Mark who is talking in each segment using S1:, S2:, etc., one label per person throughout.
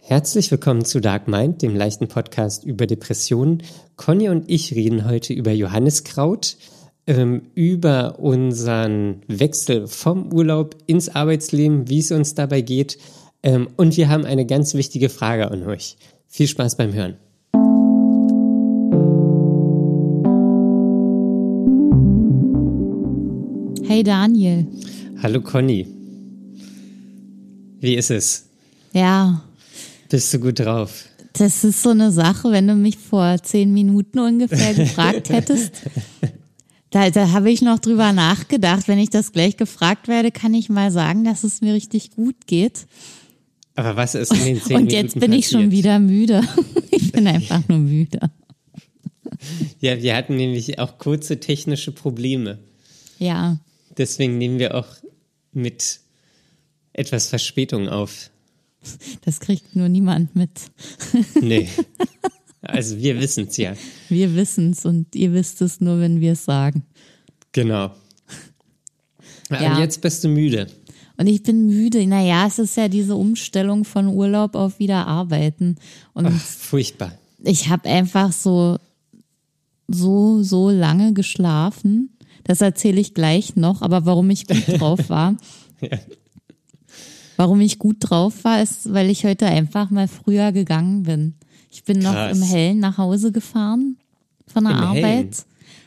S1: Herzlich willkommen zu Dark Mind, dem leichten Podcast über Depressionen. Conny und ich reden heute über Johanniskraut, ähm, über unseren Wechsel vom Urlaub ins Arbeitsleben, wie es uns dabei geht. Ähm, und wir haben eine ganz wichtige Frage an euch. Viel Spaß beim Hören.
S2: Hey Daniel.
S1: Hallo Conny. Wie ist es?
S2: Ja,
S1: Bist du gut drauf?
S2: das ist so eine Sache, wenn du mich vor zehn Minuten ungefähr gefragt hättest. Da, da habe ich noch drüber nachgedacht. Wenn ich das gleich gefragt werde, kann ich mal sagen, dass es mir richtig gut geht.
S1: Aber was ist in den zehn
S2: Und jetzt
S1: Minuten
S2: bin ich schon
S1: passiert?
S2: wieder müde. Ich bin einfach nur müde.
S1: Ja, wir hatten nämlich auch kurze technische Probleme.
S2: Ja,
S1: Deswegen nehmen wir auch mit etwas Verspätung auf.
S2: das kriegt nur niemand mit.
S1: Nee. Also wir wissen es ja.
S2: Wir wissen's und ihr wisst es nur, wenn wir es sagen.
S1: Genau.
S2: Ja.
S1: Und jetzt bist du müde.
S2: Und ich bin müde. Naja, es ist ja diese Umstellung von Urlaub auf wieder arbeiten. Und
S1: Ach, furchtbar.
S2: ich habe einfach so, so, so lange geschlafen. Das erzähle ich gleich noch, aber warum ich gut drauf war. Warum ich gut drauf war, ist, weil ich heute einfach mal früher gegangen bin. Ich bin noch
S1: Krass.
S2: im Hellen nach Hause gefahren von der
S1: Im
S2: Arbeit,
S1: Hellen?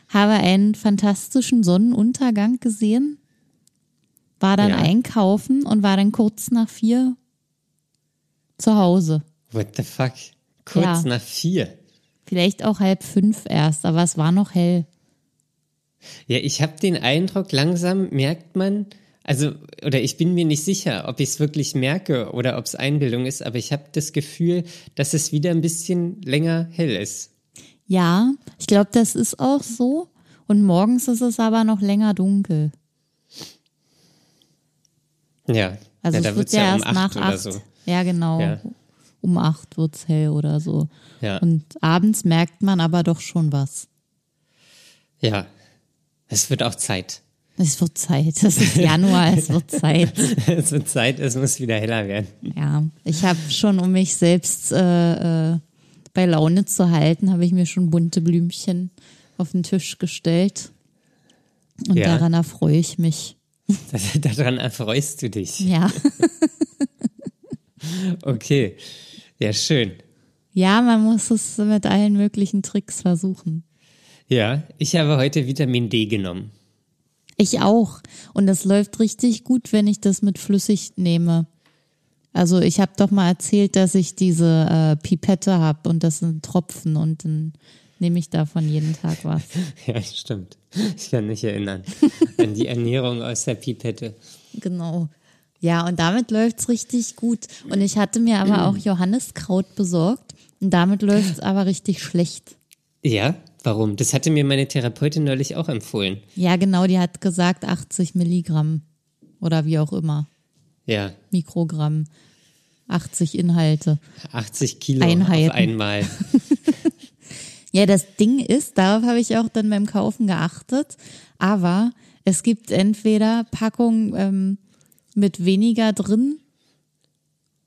S2: habe einen fantastischen Sonnenuntergang gesehen, war dann
S1: Ja.
S2: einkaufen und war dann kurz nach vier zu Hause.
S1: What the fuck? Kurz
S2: Ja.
S1: nach vier.
S2: Vielleicht auch halb fünf erst, aber es war noch hell.
S1: Ja, ich habe den Eindruck, langsam merkt man, also, oder ich bin mir nicht sicher, ob ich es wirklich merke oder ob es Einbildung ist, aber ich habe das Gefühl, dass es wieder ein bisschen länger hell ist.
S2: Ja, ich glaube, das ist auch so. Und morgens ist es aber noch länger dunkel.
S1: Ja, ja,
S2: Also es wird
S1: wird's
S2: ja, erst
S1: acht
S2: nach acht. Ja, genau.
S1: Ja.
S2: Um acht wird's hell oder so.
S1: Ja.
S2: Und abends merkt man aber doch schon was.
S1: Ja, es wird auch Zeit.
S2: Es wird Zeit. Es ist Januar, es wird Zeit.
S1: es wird Zeit, es muss wieder heller werden.
S2: Ja, ich habe schon, um mich selbst äh, äh, bei Laune zu halten, habe ich mir schon bunte Blümchen auf den Tisch gestellt. Und
S1: Ja.
S2: daran erfreue ich mich.
S1: Daran erfreust du dich.
S2: Ja.
S1: Okay, ja, schön.
S2: Ja, man muss es mit allen möglichen Tricks versuchen.
S1: Ja, ich habe heute Vitamin D genommen.
S2: Ich auch. Und das läuft richtig gut, wenn ich das mit flüssig nehme. Also ich habe doch mal erzählt, dass ich diese äh, Pipette habe und das sind Tropfen und dann nehme ich davon jeden Tag was.
S1: Ja, stimmt. Ich kann mich erinnern an die Ernährung aus der Pipette.
S2: Genau. Ja, und damit läuft's richtig gut. Und ich hatte mir aber auch Johanniskraut besorgt und damit läuft's aber richtig schlecht.
S1: Ja, warum? Das hatte mir meine Therapeutin neulich auch empfohlen.
S2: Ja, genau, die hat gesagt 80 Milligramm oder wie auch immer.
S1: Ja,
S2: Mikrogramm, 80 Inhalte.
S1: 80 Kilo
S2: Einheiten.
S1: auf einmal.
S2: Ja, das Ding ist, darauf habe ich auch dann beim Kaufen geachtet, aber es gibt entweder Packungen ähm, mit weniger drin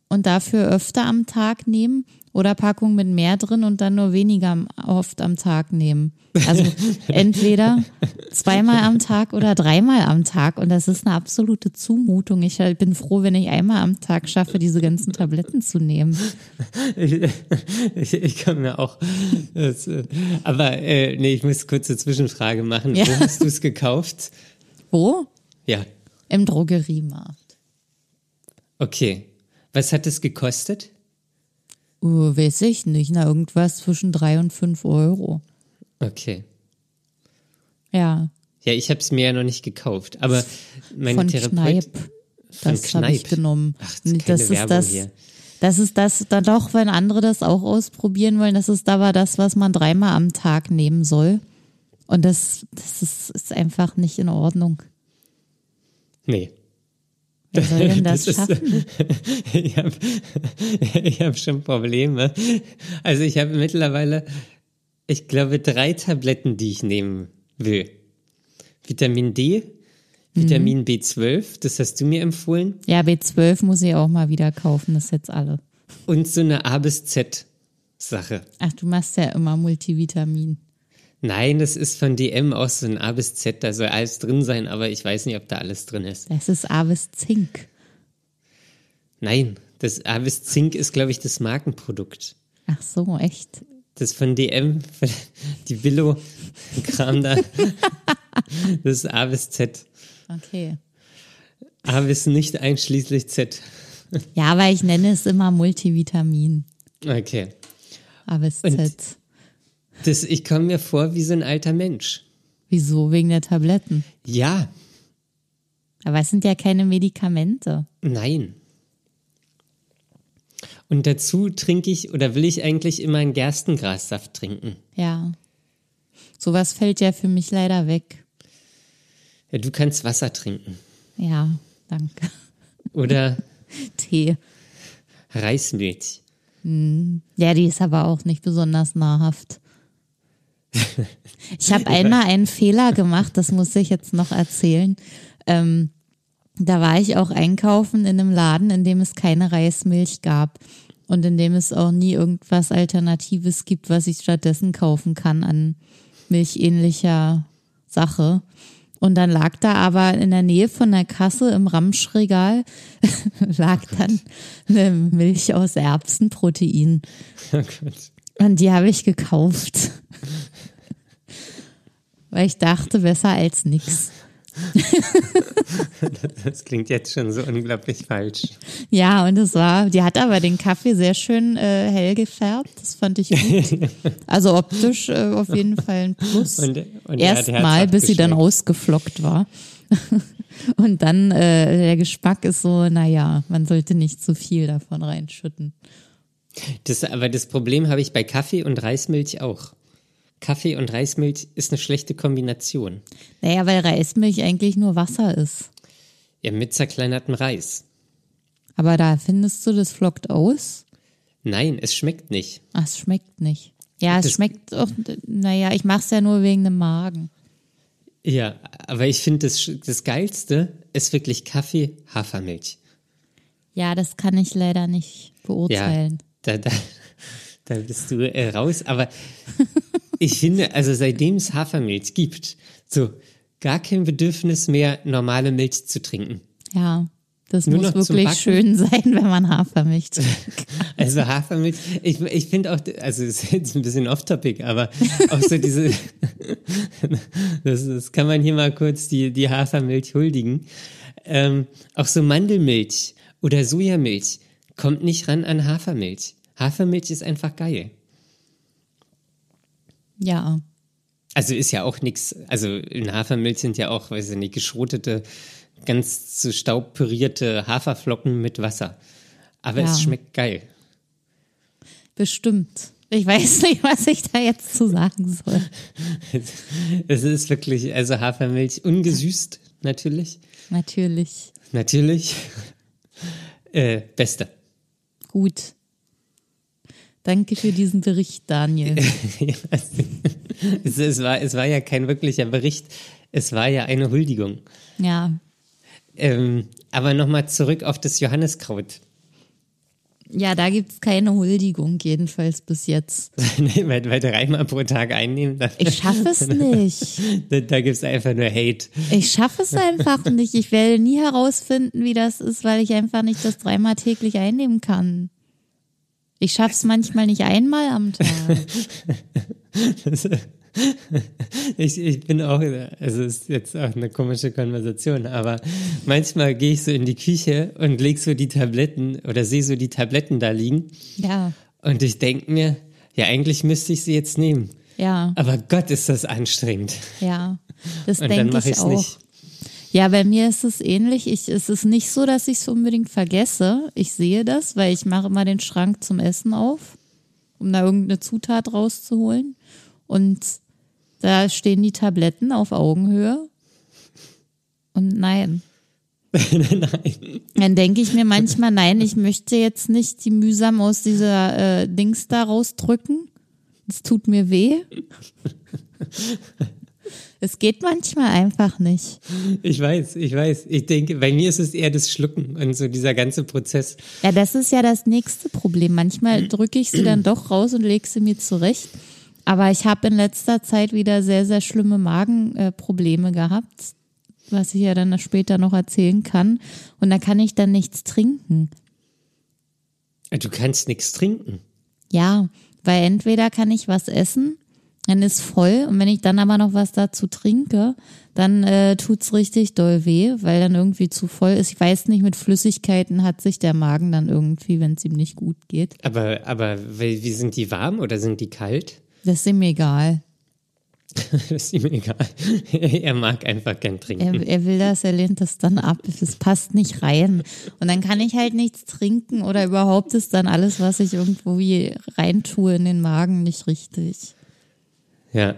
S2: und dafür öfter am Tag nehmen oder Packungen mit mehr drin und dann nur weniger am- oft am Tag nehmen. Also entweder zweimal am Tag oder dreimal am Tag und das ist eine absolute Zumutung. Ich halt bin froh, wenn ich einmal am Tag schaffe, diese ganzen Tabletten zu nehmen.
S1: Ich, ich, ich kann mir auch. Das, äh, aber äh, nee, ich muss kurze Zwischenfrage machen.
S2: Ja.
S1: Wo hast du es gekauft?
S2: Wo?
S1: Ja,
S2: Im Drogeriemarkt.
S1: okay. Was hat es gekostet?
S2: Uh, weiß ich nicht. Na, irgendwas zwischen drei und fünf Euro.
S1: Okay.
S2: Ja,
S1: Ja, ich habe es mir ja noch nicht gekauft, aber meine
S2: von
S1: Therapeutin.
S2: Kneipp.
S1: Von
S2: Das habe ich
S1: Kneipp.
S2: genommen.
S1: Ach, das ist
S2: Nee,
S1: keine
S2: das ist
S1: Werbung
S2: das.
S1: hier.
S2: Das ist das, dann doch, wenn andere das auch ausprobieren wollen, das ist aber das, was man dreimal am Tag nehmen soll. Und das, das ist, ist einfach nicht in Ordnung.
S1: Nee.
S2: Wer soll denn das,
S1: Das ist-
S2: schaffen?
S1: Ich habe ich hab schon Probleme. Also ich habe mittlerweile, ich glaube, drei Tabletten, die ich nehmen will. Vitamin D,
S2: Mhm.
S1: Vitamin B12, das hast du mir empfohlen.
S2: Ja, B12 muss ich auch mal wieder kaufen, das ist jetzt alle.
S1: und so eine A bis Z Sache.
S2: Ach, du machst ja immer Multivitamin.
S1: Nein, das ist von DM aus so ein A bis Z, da soll alles drin sein, aber ich weiß nicht, ob da alles drin ist.
S2: Das ist A bis Zink.
S1: Nein, das A bis Zink ist, glaube ich, das Markenprodukt.
S2: Ach so, echt?
S1: Das von DM, die Billo kam da. Das ist A bis Z.
S2: Okay.
S1: A bis nicht einschließlich Z.
S2: Ja, aber ich nenne es immer Multivitamin.
S1: Okay.
S2: A bis
S1: Und-
S2: Z.
S1: Das, ich komme mir vor wie so ein alter Mensch.
S2: Wieso? Wegen der Tabletten.
S1: Ja,
S2: Aber es sind ja keine Medikamente.
S1: nein. Und dazu trinke ich oder will ich eigentlich immer einen Gerstengrassaft trinken.
S2: Ja. Sowas fällt ja für mich leider weg.
S1: Ja, du kannst Wasser trinken
S2: Ja, danke.
S1: oder
S2: Tee.
S1: Reismilch.
S2: Ja, die ist aber auch nicht besonders nahrhaft. Ich habe einmal einen Fehler gemacht, das muss ich jetzt noch erzählen. Ähm, da war ich auch einkaufen in einem Laden, in dem es keine Reismilch gab und in dem es auch nie irgendwas Alternatives gibt, was ich stattdessen kaufen kann an milchähnlicher Sache. Und dann lag da aber in der Nähe von der Kasse im Ramschregal lag dann eine Milch aus Erbsenprotein.
S1: Oh Gott.
S2: Und die habe ich gekauft. Weil ich dachte, besser als nix.
S1: Das klingt jetzt schon so unglaublich falsch.
S2: Ja, und es war, die hat aber den Kaffee sehr schön äh, hell gefärbt. Das fand ich gut. Also optisch äh, auf jeden Fall ein Plus.
S1: Und, und er hat
S2: Erstmal,
S1: herzhaft
S2: bis sie dann
S1: geschmeckt.
S2: ausgeflockt war. und dann, äh, der Geschmack ist so, naja, man sollte nicht zu viel davon reinschütten.
S1: Das, aber das Problem habe ich bei Kaffee und Reismilch auch. Kaffee und Reismilch ist eine schlechte Kombination.
S2: Naja, weil Reismilch eigentlich nur Wasser ist.
S1: Ja, mit zerkleinertem Reis.
S2: Aber da findest du, das flockt aus?
S1: Nein, es schmeckt nicht.
S2: Ach, Ah, es schmeckt nicht. Ja, es
S1: Das-
S2: schmeckt auch, naja, ich mach's ja nur wegen dem Magen.
S1: Ja, aber ich finde das, Sch- das Geilste ist wirklich Kaffee, Hafermilch.
S2: Ja, das kann ich leider nicht
S1: Ja,
S2: beurteilen.
S1: da, da, da bist du äh, raus. Aber ich finde, also seitdem es Hafermilch gibt, so gar kein Bedürfnis mehr, normale Milch zu trinken.
S2: Ja, das
S1: Nur noch
S2: muss
S1: zum
S2: wirklich
S1: Backen?
S2: schön sein, wenn man Hafermilch trinkt.
S1: Also Hafermilch, ich, ich finde auch, also ist jetzt ein bisschen off-topic, aber auch so diese, das, das kann man hier mal kurz die, die Hafermilch huldigen. Ähm, auch so Mandelmilch oder Sojamilch kommt nicht ran an Hafermilch. Hafermilch ist einfach geil.
S2: Ja,
S1: Also ist ja auch nichts, also in Hafermilch sind ja auch, weiß ich nicht, geschrotete, ganz zu Staub pürierte Haferflocken mit Wasser. Aber
S2: Ja.
S1: es schmeckt geil.
S2: bestimmt. Ich weiß nicht, was ich da jetzt zu sagen soll.
S1: Es ist wirklich, also Hafermilch ungesüßt, natürlich.
S2: Natürlich.
S1: Natürlich. Äh, beste.
S2: Gut. Danke für diesen Bericht, Daniel.
S1: es, es, war, es war ja kein wirklicher Bericht, es war ja eine Huldigung.
S2: Ja,
S1: Ähm, aber nochmal zurück auf das Johanniskraut.
S2: ja da gibt's keine Huldigung, jedenfalls bis jetzt.
S1: Nee, weil, weil dreimal pro Tag einnehmen, da,
S2: Ich schaffe es nicht.
S1: da, da gibt es einfach nur Hate.
S2: Ich schaffe es einfach nicht. Ich werde nie herausfinden, wie das ist, weil ich einfach nicht das dreimal täglich einnehmen kann. Ich schaffe es manchmal nicht einmal am Tag.
S1: Ich, ich bin auch, also es ist jetzt auch eine komische Konversation, aber manchmal gehe ich so in die Küche und lege so die Tabletten oder sehe so die Tabletten da liegen
S2: Ja,
S1: und ich denke mir, ja, eigentlich müsste ich sie jetzt nehmen.
S2: ja,
S1: Aber Gott, ist das anstrengend.
S2: ja. Das
S1: Und dann
S2: denke
S1: mache ich
S2: ich
S1: es
S2: auch.
S1: nicht.
S2: Ja, bei mir ist es ähnlich. Ich, es ist nicht so, dass ich es unbedingt vergesse. Ich sehe das, weil ich mache immer den Schrank zum Essen auf, um da irgendeine Zutat rauszuholen. Und da stehen die Tabletten auf Augenhöhe. Und nein.
S1: Nein.
S2: Dann denke ich mir manchmal, nein, ich möchte jetzt nicht die mühsam aus dieser äh, Dings da rausdrücken. Das tut mir weh. Es geht manchmal einfach nicht.
S1: Ich weiß, ich weiß. Ich denke, bei mir ist es eher das Schlucken und so dieser ganze Prozess.
S2: Ja, das ist ja das nächste Problem. Manchmal drücke ich sie dann doch raus und lege sie mir zurecht. Aber ich habe in letzter Zeit wieder sehr, sehr schlimme Magenprobleme gehabt, was ich ja dann später noch erzählen kann. Und da kann ich dann nichts trinken.
S1: Du kannst nichts trinken.
S2: Ja, weil entweder kann ich was essen, dann ist voll und wenn ich dann aber noch was dazu trinke, dann äh, tut's richtig doll weh, weil dann irgendwie zu voll ist. Ich weiß nicht, mit Flüssigkeiten hat sich der Magen dann irgendwie, wenn es ihm nicht gut geht.
S1: Aber, aber wie wie sind die warm oder sind die kalt?
S2: Das ist ihm egal.
S1: Das ist ihm egal. er mag einfach gern
S2: Er,
S1: trinken.
S2: er will das, er lehnt das dann ab. Es passt nicht rein. Und dann kann ich halt nichts trinken oder überhaupt ist dann alles, was ich irgendwo wie reintue in den Magen, nicht richtig.
S1: Ja,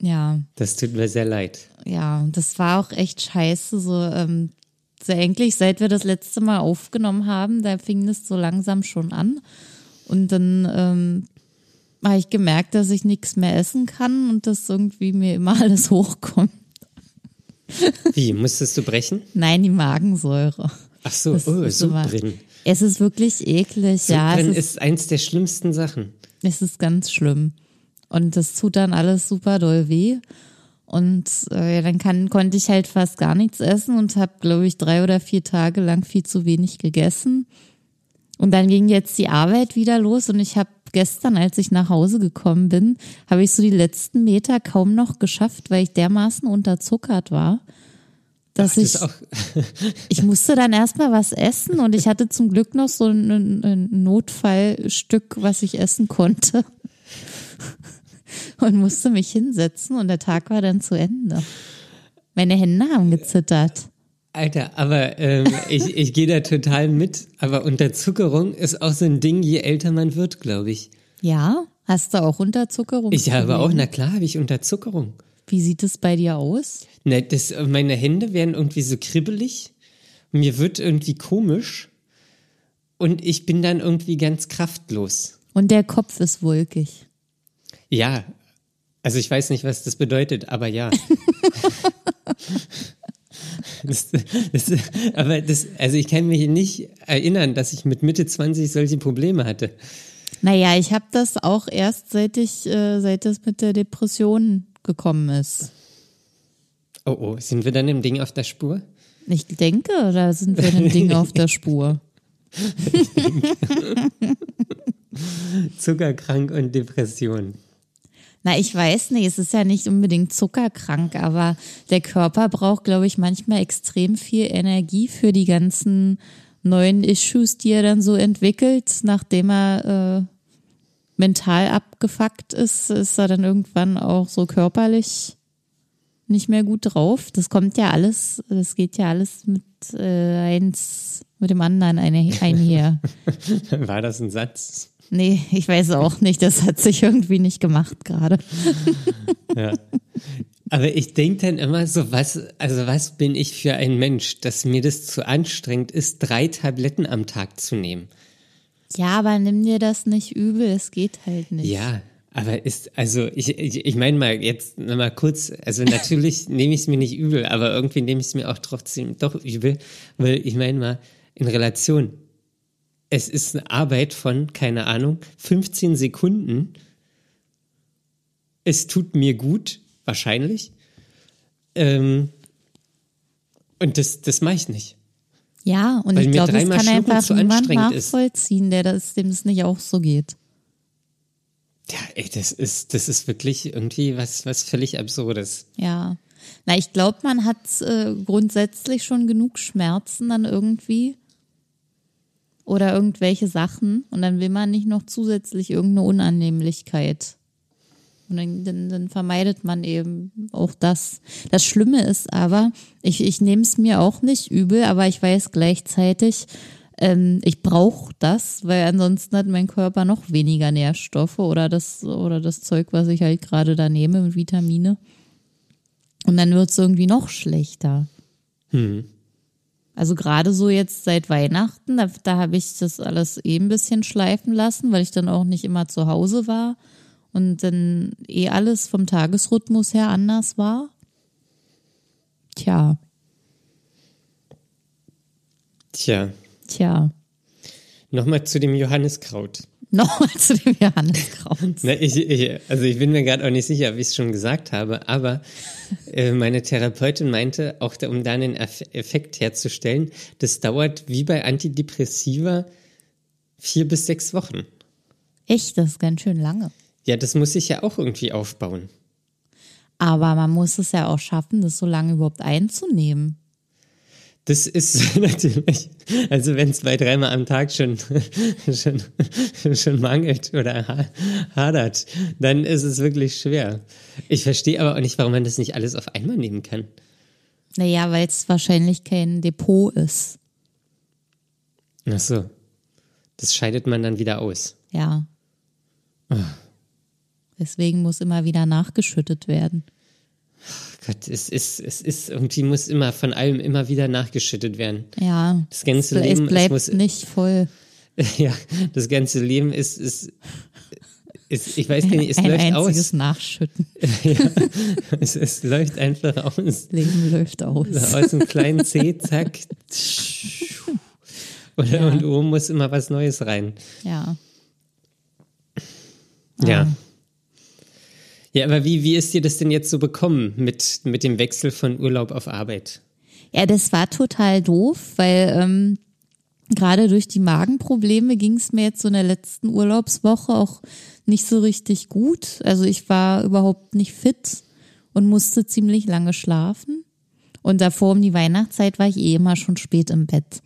S2: Ja.
S1: das tut mir sehr leid.
S2: Ja, und das war auch echt scheiße. So, ähm, so eigentlich, seit wir das letzte Mal aufgenommen haben, da fing das so langsam schon an. Und dann ähm, habe ich gemerkt, dass ich nichts mehr essen kann und dass irgendwie mir immer alles hochkommt.
S1: Wie, musstest du brechen?
S2: Nein, die Magensäure.
S1: Ach so,
S2: Das
S1: oh,
S2: ist immer-
S1: Suprin.
S2: Es ist wirklich eklig, ja. Es
S1: Suprin
S2: ist,
S1: ist eins der schlimmsten Sachen.
S2: es ist ganz schlimm. Und das tut dann alles super doll weh. Und äh, ja, dann kann, konnte ich halt fast gar nichts essen und habe, glaube ich, drei oder vier Tage lang viel zu wenig gegessen. Und dann ging jetzt die Arbeit wieder los und ich habe gestern, als ich nach Hause gekommen bin, habe ich so die letzten Meter kaum noch geschafft, weil ich dermaßen unterzuckert war, dass
S1: Das
S2: ich
S1: ist auch,
S2: ich musste dann erstmal was essen und ich hatte zum Glück noch so ein, ein Notfallstück, was ich essen konnte. Und musste mich hinsetzen und der Tag war dann zu Ende. Meine Hände haben gezittert.
S1: Alter, aber ähm, ich, ich gehe da total mit. Aber Unterzuckerung ist auch so ein Ding, je älter man wird, glaube ich.
S2: Ja, hast du auch Unterzuckerung?
S1: Ich habe auch, na klar, habe ich Unterzuckerung.
S2: Wie sieht es bei dir aus?
S1: Na, das, meine Hände werden irgendwie so kribbelig. Mir wird irgendwie komisch. Und ich bin dann irgendwie ganz kraftlos.
S2: Und der Kopf ist wolkig.
S1: Ja. Also ich weiß nicht, was das bedeutet, aber ja. das, das, aber das, also ich kann mich nicht erinnern, dass ich mit Mitte 20 solche Probleme hatte.
S2: Naja, ich habe das auch erst seit ich, äh, seit es mit der Depression gekommen ist.
S1: Oh oh, sind wir dann im Ding auf der Spur?
S2: Ich denke, da sind wir dem Ding auf der Spur.
S1: Zuckerkrank und Depression.
S2: Na, ich weiß nicht, es ist ja nicht unbedingt zuckerkrank, aber der Körper braucht, glaube ich, manchmal extrem viel Energie für die ganzen neuen Issues, die er dann so entwickelt, nachdem er äh, mental abgefuckt ist, ist er dann irgendwann auch so körperlich nicht mehr gut drauf. Das kommt ja alles, das geht ja alles mit äh, eins mit dem anderen eine, einher.
S1: War das ein Satz?
S2: nee, ich weiß auch nicht, das hat sich irgendwie nicht gemacht gerade.
S1: Aber ich denke dann immer so, was, also was bin ich für ein Mensch, dass mir das zu anstrengend ist, drei Tabletten am Tag zu nehmen.
S2: Ja, aber nimm dir das nicht übel, es geht halt nicht.
S1: Ja, aber ist, also ich, ich, ich meine mal jetzt noch mal kurz, also natürlich nehme ich es mir nicht übel, aber irgendwie nehme ich es mir auch trotzdem doch übel, weil ich meine mal in Relation, es ist eine Arbeit von, keine Ahnung, 15 Sekunden. Es tut mir gut, wahrscheinlich. Ähm, und das, das mache ich nicht.
S2: Ja, und
S1: Weil
S2: ich
S1: mir
S2: glaube, es
S1: dreimal
S2: kann
S1: schlucken
S2: einfach
S1: zu
S2: niemand
S1: anstrengend ist.
S2: nachvollziehen, der das, dem es nicht auch so geht.
S1: Ja, ey, das ist, das ist wirklich irgendwie was, was völlig Absurdes.
S2: Ja. Na, ich glaube, man hat äh, grundsätzlich schon genug Schmerzen dann irgendwie oder irgendwelche Sachen und dann will man nicht noch zusätzlich irgendeine Unannehmlichkeit. Und dann, dann, dann vermeidet man eben auch das. Das Schlimme ist aber, ich, ich nehme es mir auch nicht übel, aber ich weiß gleichzeitig, ähm, ich brauche das, weil ansonsten hat mein Körper noch weniger Nährstoffe oder das, oder das Zeug, was ich halt gerade da nehme, mit Vitamine. Und dann wird's irgendwie noch schlechter. Also gerade so jetzt seit Weihnachten, da, da habe ich das alles eh ein bisschen schleifen lassen, weil ich dann auch nicht immer zu Hause war und dann eh alles vom Tagesrhythmus her anders war. Tja,
S1: Tja,
S2: tja.
S1: nochmal zu dem Johanniskraut.
S2: Nochmal zu dem Johanneskraut.
S1: Ne, ich, ich, also ich bin mir gerade auch nicht sicher, wie ich es schon gesagt habe, aber äh, meine Therapeutin meinte, auch da, um da einen Eff Effekt herzustellen, das dauert wie bei Antidepressiva vier bis sechs Wochen.
S2: Echt, das ist ganz schön lange.
S1: Ja, das muss ich ja auch irgendwie aufbauen.
S2: Aber man muss es ja auch schaffen, das so lange überhaupt einzunehmen.
S1: Das ist natürlich, also wenn es bei dreimal am Tag schon, schon, schon mangelt oder ha- hadert, dann ist es wirklich schwer. Ich verstehe aber auch nicht, warum man das nicht alles auf einmal nehmen kann.
S2: Naja, weil es wahrscheinlich kein Depot ist.
S1: Ach so. Das scheidet man dann wieder aus.
S2: Ja. Deswegen muss immer wieder nachgeschüttet werden.
S1: Gott, es ist, es ist, irgendwie muss immer von allem immer wieder nachgeschüttet werden.
S2: Ja.
S1: Das ganze
S2: es, ble-
S1: Leben,
S2: es bleibt
S1: es muss,
S2: nicht voll.
S1: ja, das ganze Leben ist, ist, ist ich weiß gar nicht, es
S2: Ein
S1: läuft
S2: einziges
S1: aus.
S2: Nachschütten.
S1: ja, es, es läuft einfach aus.
S2: Das Leben läuft aus.
S1: Aus dem kleinen C, zack. Und, und oben muss immer was Neues rein.
S2: Ja.
S1: Ja. Ja, aber wie, wie ist dir das denn jetzt so bekommen mit, mit dem Wechsel von Urlaub auf Arbeit?
S2: Ja, das war total doof, weil ähm, gerade durch die Magenprobleme ging es mir jetzt so in der letzten Urlaubswoche auch nicht so richtig gut. Also ich war überhaupt nicht fit und musste ziemlich lange schlafen. Und davor um die Weihnachtszeit war ich eh immer schon spät im Bett.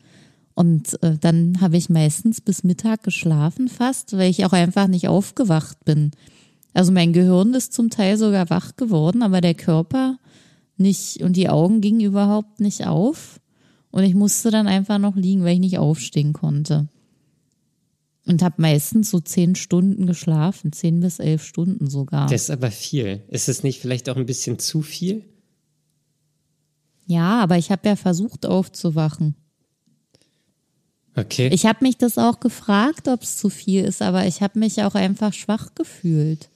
S2: Und äh, dann habe ich meistens bis Mittag geschlafen fast, weil ich auch einfach nicht aufgewacht bin. Also mein Gehirn ist zum Teil sogar wach geworden, aber der Körper nicht und die Augen gingen überhaupt nicht auf. Und ich musste dann einfach noch liegen, weil ich nicht aufstehen konnte. Und habe meistens so zehn Stunden geschlafen, zehn bis elf Stunden sogar.
S1: Das ist aber viel. Ist es nicht vielleicht auch ein bisschen zu viel?
S2: Ja, aber ich habe ja versucht aufzuwachen.
S1: Okay.
S2: Ich habe mich das auch gefragt, ob es zu viel ist, aber ich habe mich auch einfach schwach gefühlt.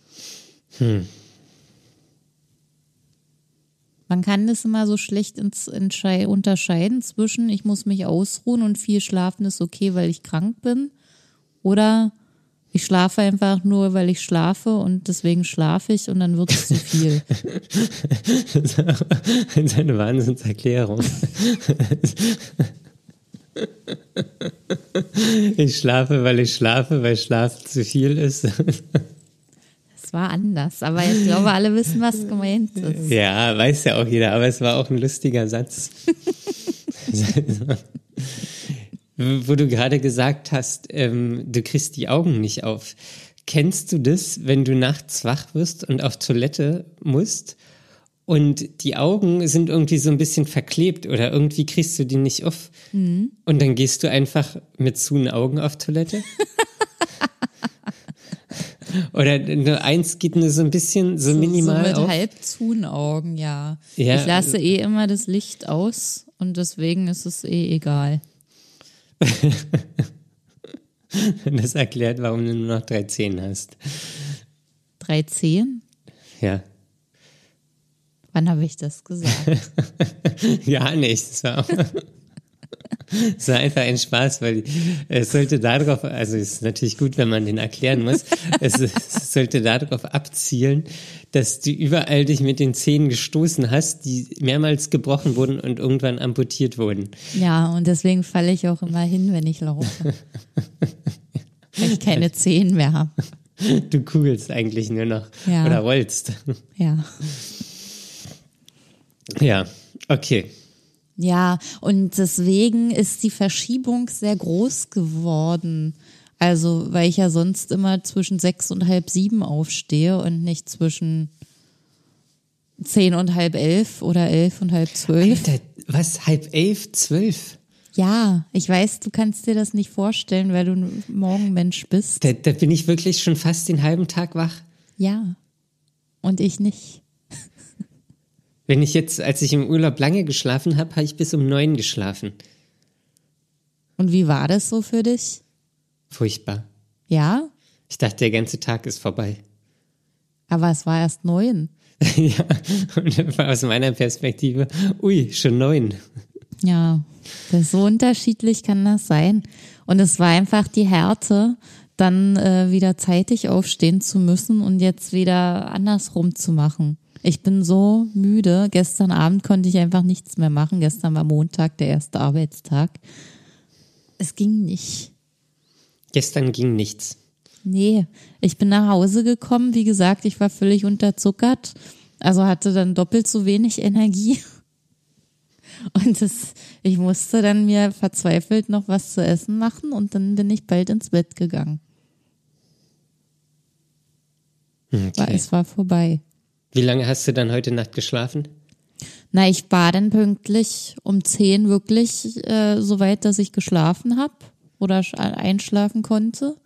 S2: Man kann das immer so schlecht ins entschei- unterscheiden zwischen, ich muss mich ausruhen und viel schlafen ist okay, weil ich krank bin. Oder ich schlafe einfach nur, weil ich schlafe und deswegen schlafe ich und dann wird es zu viel.
S1: Das ist eine Wahnsinnserklärung. Ich schlafe, weil ich schlafe, weil Schlaf zu viel ist.
S2: Es war anders, aber ich glaube, alle wissen, was gemeint ist.
S1: Ja, weiß ja auch jeder, aber es war auch ein lustiger Satz. Wo du gerade gesagt hast, ähm, du kriegst die Augen nicht auf. Kennst du das, wenn du nachts wach wirst und auf Toilette musst und die Augen sind irgendwie so ein bisschen verklebt oder irgendwie kriegst du die nicht auf und dann gehst du einfach mit zuen Augen auf Toilette? oder nur eins geht nur so ein bisschen, so, minimal
S2: so mit
S1: auf?
S2: halb zuen Augen, ja.
S1: Ja. äh,
S2: Ich lasse eh immer das Licht aus und deswegen ist es eh egal.
S1: Das erklärt, warum du nur noch drei Zehen hast.
S2: 13?
S1: Ja.
S2: Wann habe ich das gesagt?
S1: Ja, nicht. Das war, auch, das war einfach ein Spaß, weil es sollte darauf, also es ist natürlich gut, wenn man den erklären muss, es, es sollte darauf abzielen, dass du überall dich mit den Zähnen gestoßen hast, die mehrmals gebrochen wurden und irgendwann amputiert wurden.
S2: ja, und deswegen falle ich auch immer hin, wenn ich laufe. Weil ich keine Zehen mehr habe.
S1: Du kugelst eigentlich nur noch
S2: Ja.
S1: oder rollst.
S2: Ja.
S1: Ja, okay.
S2: Ja, und deswegen ist die Verschiebung sehr groß geworden. Also, weil ich ja sonst immer zwischen sechs und halb sieben aufstehe und nicht zwischen zehn und halb elf oder elf und halb zwölf.
S1: Alter, was? Halb elf, zwölf?
S2: Ja, ich weiß, du kannst dir das nicht vorstellen, weil du ein Morgenmensch bist.
S1: Da, da bin ich wirklich schon fast den halben Tag wach.
S2: Ja. Und ich nicht.
S1: Wenn ich jetzt, als ich im Urlaub lange geschlafen habe, habe ich bis um neun geschlafen.
S2: Und wie war das so für dich?
S1: Furchtbar.
S2: Ja?
S1: Ich dachte, der ganze Tag ist vorbei.
S2: Aber es war erst neun.
S1: ja, und aus meiner Perspektive, ui, schon neun.
S2: Ja, das, so unterschiedlich kann das sein. Und es war einfach die Härte, dann äh, wieder zeitig aufstehen zu müssen und jetzt wieder andersrum zu machen. Ich bin so müde. Gestern Abend konnte ich einfach nichts mehr machen. Gestern war Montag, der erste Arbeitstag. Es ging nicht.
S1: Gestern ging nichts.
S2: Nee, ich bin nach Hause gekommen. Wie gesagt, ich war völlig unterzuckert. Also hatte dann doppelt so wenig Energie. Und das, ich musste dann mir verzweifelt noch was zu essen machen und dann bin ich bald ins Bett gegangen.
S1: Okay.
S2: War- Es war vorbei.
S1: Wie lange hast du dann heute Nacht geschlafen?
S2: Na, ich war dann pünktlich um 10 wirklich äh, so weit, dass ich geschlafen habe oder sch- äh, einschlafen konnte.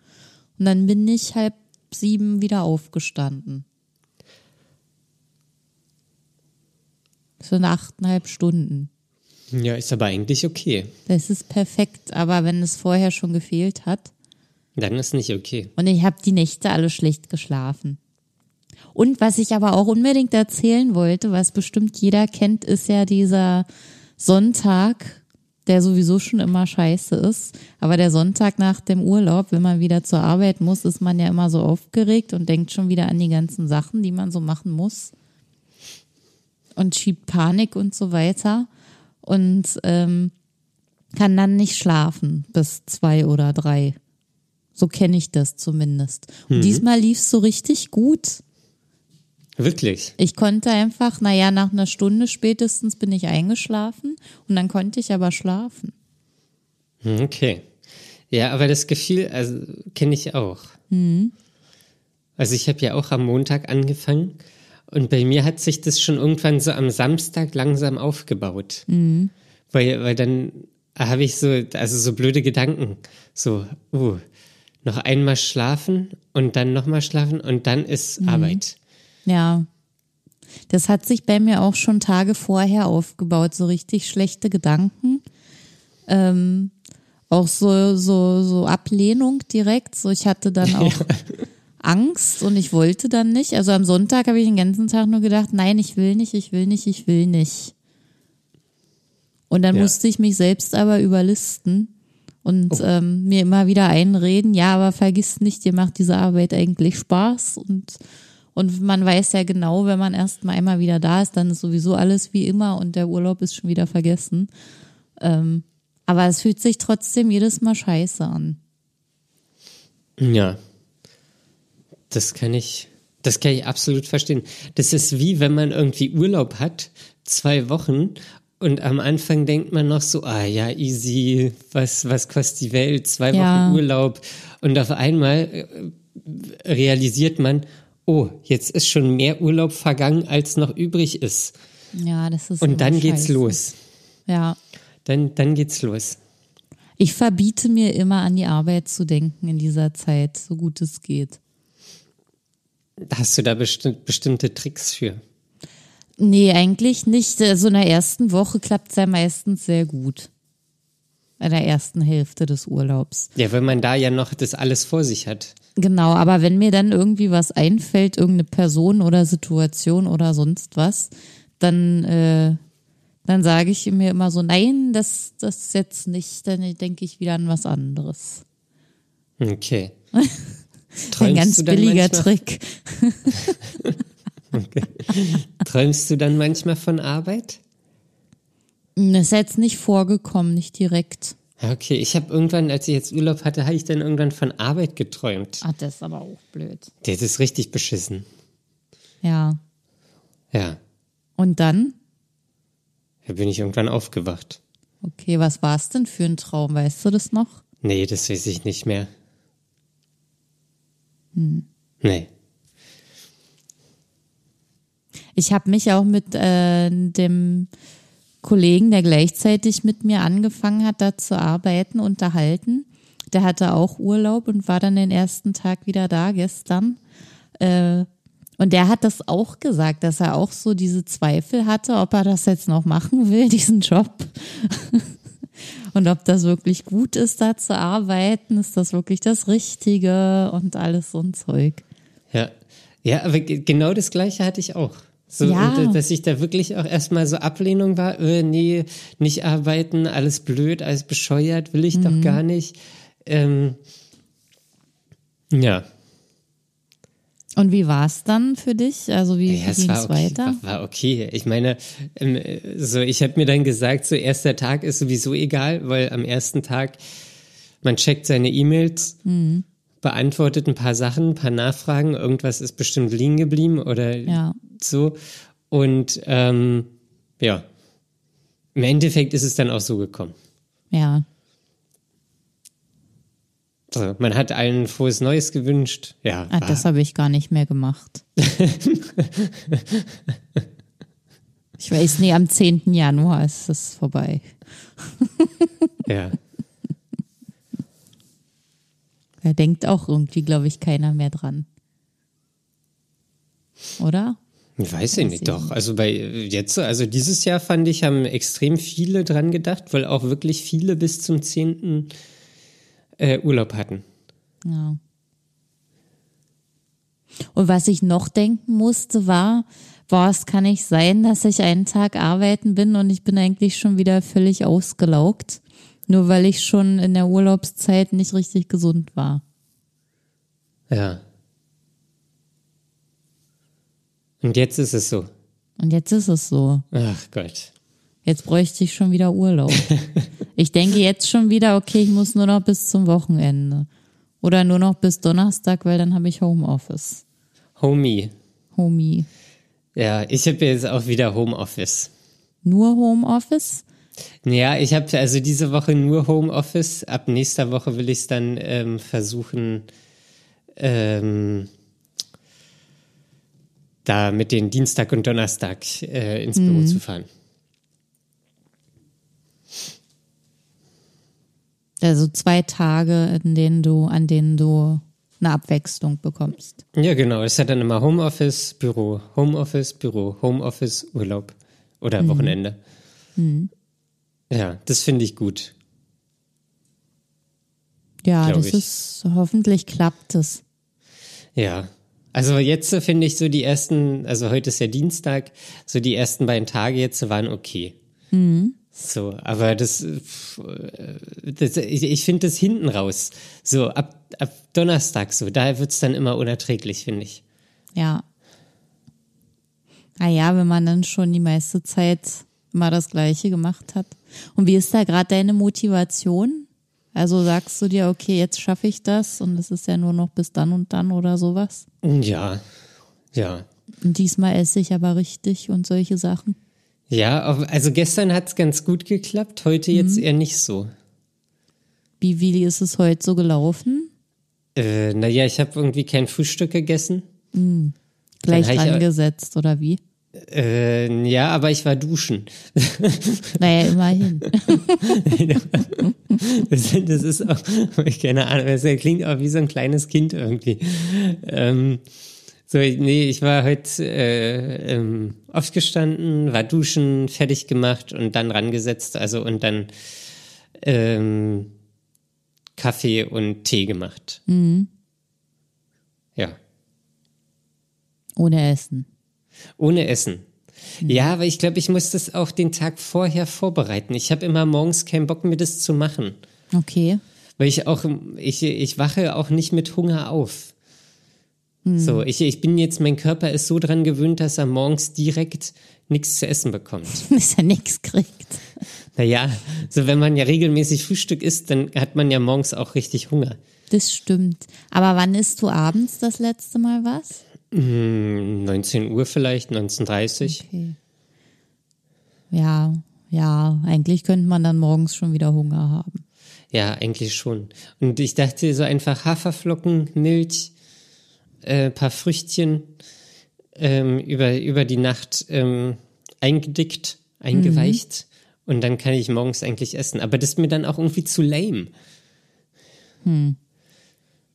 S2: Und dann bin ich halb sieben wieder aufgestanden. So nach achteinhalb Stunden.
S1: Ja, ist aber eigentlich okay.
S2: Das ist perfekt, aber wenn es vorher schon gefehlt hat.
S1: Dann ist nicht okay.
S2: Und ich habe die Nächte alle schlecht geschlafen. Und was ich aber auch unbedingt erzählen wollte, was bestimmt jeder kennt, ist ja dieser Sonntag, der sowieso schon immer scheiße ist. Aber der Sonntag nach dem Urlaub, wenn man wieder zur Arbeit muss, ist man ja immer so aufgeregt und denkt schon wieder an die ganzen Sachen, die man so machen muss. Und schiebt Panik und so weiter. Und ähm, kann dann nicht schlafen bis zwei oder drei. So kenne ich das zumindest. Und diesmal lief es so richtig gut.
S1: Wirklich.
S2: Ich konnte einfach, naja, nach einer Stunde spätestens bin ich eingeschlafen und dann konnte ich aber schlafen.
S1: Hm, Okay. Ja, aber das Gefühl, also kenne ich auch. Also ich habe ja auch am Montag angefangen und bei mir hat sich das schon irgendwann so am Samstag langsam aufgebaut. Weil, weil dann habe ich so, also so blöde Gedanken. So, uh, noch einmal schlafen und dann nochmal schlafen und dann ist Arbeit.
S2: Ja. Das hat sich bei mir auch schon Tage vorher aufgebaut, so richtig schlechte Gedanken. Ähm, auch so, so, so Ablehnung direkt. So, ich hatte dann auch Angst und ich wollte dann nicht. Also am Sonntag habe ich den ganzen Tag nur gedacht, nein, ich will nicht, ich will nicht, ich will nicht. Und dann
S1: Ja.
S2: musste ich mich selbst aber überlisten und ähm, mir immer wieder einreden, ja, aber vergiss nicht, dir macht diese Arbeit eigentlich Spaß und und man weiß ja genau, wenn man erst mal einmal wieder da ist, dann ist sowieso alles wie immer und der Urlaub ist schon wieder vergessen. Ähm, aber es fühlt sich trotzdem jedes Mal scheiße an.
S1: Ja. Das kann ich, das kann ich absolut verstehen. Das ist wie wenn man irgendwie Urlaub hat, zwei Wochen, und am Anfang denkt man noch so, ah ja, easy, was, was kostet die Welt, zwei
S2: Ja.
S1: Wochen Urlaub. Und auf einmal äh, realisiert man, oh, jetzt ist schon mehr Urlaub vergangen, als noch übrig ist.
S2: Ja, das ist. immer
S1: Und dann geht's
S2: Oh, scheiße.
S1: los.
S2: Ja.
S1: Dann, dann geht's los.
S2: Ich verbiete mir immer an die Arbeit zu denken in dieser Zeit, so gut es geht.
S1: Hast du da besti bestimmte Tricks für?
S2: Nee, eigentlich nicht. So in der ersten Woche klappt's ja meistens sehr gut. In der ersten Hälfte des Urlaubs.
S1: Ja, weil man da ja noch das alles vor sich hat.
S2: Genau, aber wenn mir dann irgendwie was einfällt, irgendeine Person oder Situation oder sonst was, dann, äh, dann sage ich mir immer so, nein, das, das jetzt nicht, dann denke ich wieder an was anderes.
S1: Okay.
S2: Ein
S1: Träumst
S2: ganz
S1: du dann
S2: billiger
S1: manchmal,
S2: Trick.
S1: Träumst du dann manchmal von Arbeit?
S2: Das Hm, ist jetzt nicht vorgekommen, nicht direkt.
S1: Ja, Okay, ich habe irgendwann, als ich jetzt Urlaub hatte, habe ich dann irgendwann von Arbeit geträumt.
S2: Ach, Ah, das ist aber auch blöd.
S1: Das ist richtig beschissen.
S2: Ja.
S1: Ja,
S2: Und dann?
S1: da bin ich irgendwann aufgewacht.
S2: Okay, was war es denn für ein Traum? Weißt du das noch?
S1: Nee, das weiß ich nicht mehr.
S2: Hm.
S1: Nee.
S2: Ich habe mich auch mit äh, dem Kollegen, der gleichzeitig mit mir angefangen hat, da zu arbeiten, unterhalten. Der hatte auch Urlaub und war dann den ersten Tag wieder da gestern. Äh, und der hat das auch gesagt, dass er auch so diese Zweifel hatte, ob er das jetzt noch machen will, diesen Job. und ob das wirklich gut ist, da zu arbeiten. Ist das wirklich das Richtige und alles so ein Zeug.
S1: Ja. Ja, aber ge- genau das Gleiche hatte ich auch. So,
S2: Ja.
S1: und, äh, dass ich da wirklich auch erstmal so Ablehnung war, äh, nee, nicht arbeiten, alles blöd, alles bescheuert, will ich doch gar nicht. Ähm, ja,
S2: Und wie war es dann für dich? Also wie,
S1: Ja,
S2: wie
S1: es
S2: ging
S1: war
S2: es
S1: okay,
S2: weiter?
S1: War, war okay. Ich meine, ähm, äh, so ich habe mir dann gesagt, so erster Tag ist sowieso egal, weil am ersten Tag man checkt seine E-Mails,
S2: Mhm.
S1: beantwortet ein paar Sachen, ein paar Nachfragen, irgendwas ist bestimmt liegen geblieben oder
S2: Ja.
S1: so. Und ähm, ja, im Endeffekt ist es dann auch so gekommen.
S2: Ja,
S1: Also, man hat allen frohes Neues gewünscht. Ja,
S2: ah, das habe ich gar nicht mehr gemacht. ich weiß, nee, am 10. Januar ist es vorbei.
S1: ja.
S2: Da denkt auch irgendwie, glaube ich, keiner mehr dran. Oder?
S1: Ich weiß ich nicht,
S2: ich
S1: doch. Also bei äh, jetzt, also dieses Jahr fand ich, haben extrem viele dran gedacht, weil auch wirklich viele bis zum 10. Äh, Urlaub hatten.
S2: Ja. Und was ich noch denken musste, war, boah, es kann nicht sein, dass ich einen Tag arbeiten bin und ich bin eigentlich schon wieder völlig ausgelaugt. Nur weil ich schon in der Urlaubszeit nicht richtig gesund war.
S1: Ja. Und jetzt ist es so.
S2: Und jetzt ist es so.
S1: Ach Gott.
S2: Jetzt bräuchte ich schon wieder Urlaub. Ich denke jetzt schon wieder, okay, ich muss nur noch bis zum Wochenende. Oder nur noch bis Donnerstag, weil dann habe ich Homeoffice.
S1: Homie.
S2: Homie.
S1: Ja, ich habe jetzt auch wieder Homeoffice.
S2: Nur Homeoffice?
S1: Ja, ich habe also diese Woche nur Homeoffice. Ab nächster Woche will ich es dann ähm, versuchen, ähm, da mit den Dienstag und Donnerstag äh, ins Büro zu fahren.
S2: Also zwei Tage, in denen du, an denen du eine Abwechslung bekommst.
S1: Ja, genau. Es hat dann immer Homeoffice, Büro, Homeoffice, Büro, Homeoffice, Urlaub oder Wochenende. Ja, das finde ich gut.
S2: Ja,
S1: Glaub
S2: das
S1: ich.
S2: ist, hoffentlich klappt es.
S1: Ja. Also jetzt so finde ich so die ersten, also heute ist ja Dienstag, so die ersten beiden Tage jetzt waren okay. So, aber das, äh, pf, äh, das ich, ich finde das hinten raus. So, ab, ab Donnerstag so, daher wird's dann immer unerträglich, finde ich.
S2: Ja. Ah ja, wenn man dann schon die meiste Zeit immer das Gleiche gemacht hat. Und wie ist da gerade deine Motivation? Also sagst du dir, okay, jetzt schaffe ich das und es ist ja nur noch bis dann und dann oder sowas.
S1: Ja, ja.
S2: Und diesmal esse ich aber richtig und solche Sachen.
S1: Ja, auf- also gestern hat's ganz gut geklappt, heute jetzt eher nicht so.
S2: Wie, wie ist es heute so gelaufen?
S1: Äh, naja, ich habe irgendwie kein Frühstück gegessen.
S2: Gleich
S1: hab ich ja-
S2: angesetzt oder wie?
S1: Äh, ja, aber ich war duschen.
S2: Naja, immerhin.
S1: Das, das ist auch, keine Ahnung, das klingt auch wie so ein kleines Kind irgendwie. Ähm, so, nee, ich war heute äh, ähm, aufgestanden, war duschen, fertig gemacht und dann rangesetzt, also und dann ähm, Kaffee und Tee gemacht. Ja,
S2: Ohne Essen.
S1: ohne Essen. Ja, aber ich glaube, ich muss das auch den Tag vorher vorbereiten. Ich habe immer morgens keinen Bock, mir das zu machen.
S2: Okay.
S1: Weil ich auch, ich, ich wache auch nicht mit Hunger auf. So, ich, ich bin jetzt, mein Körper ist so dran gewöhnt, dass er morgens direkt nichts zu essen bekommt.
S2: Dass er nichts kriegt.
S1: Naja, so wenn man ja regelmäßig Frühstück isst, dann hat man ja morgens auch richtig Hunger.
S2: Das stimmt. Aber wann isst du abends das letzte Mal was?
S1: Hm, 19 Uhr vielleicht, 19.30 Uhr.
S2: Okay. Ja, ja, eigentlich könnte man dann morgens schon wieder Hunger haben.
S1: Ja, eigentlich schon. Und ich dachte so einfach Haferflocken, Milch, äh, paar Früchtchen ähm, über, über die Nacht ähm, eingedickt, eingeweicht.
S2: Mhm.
S1: Und dann kann ich morgens eigentlich essen. Aber das ist mir dann auch irgendwie zu lame.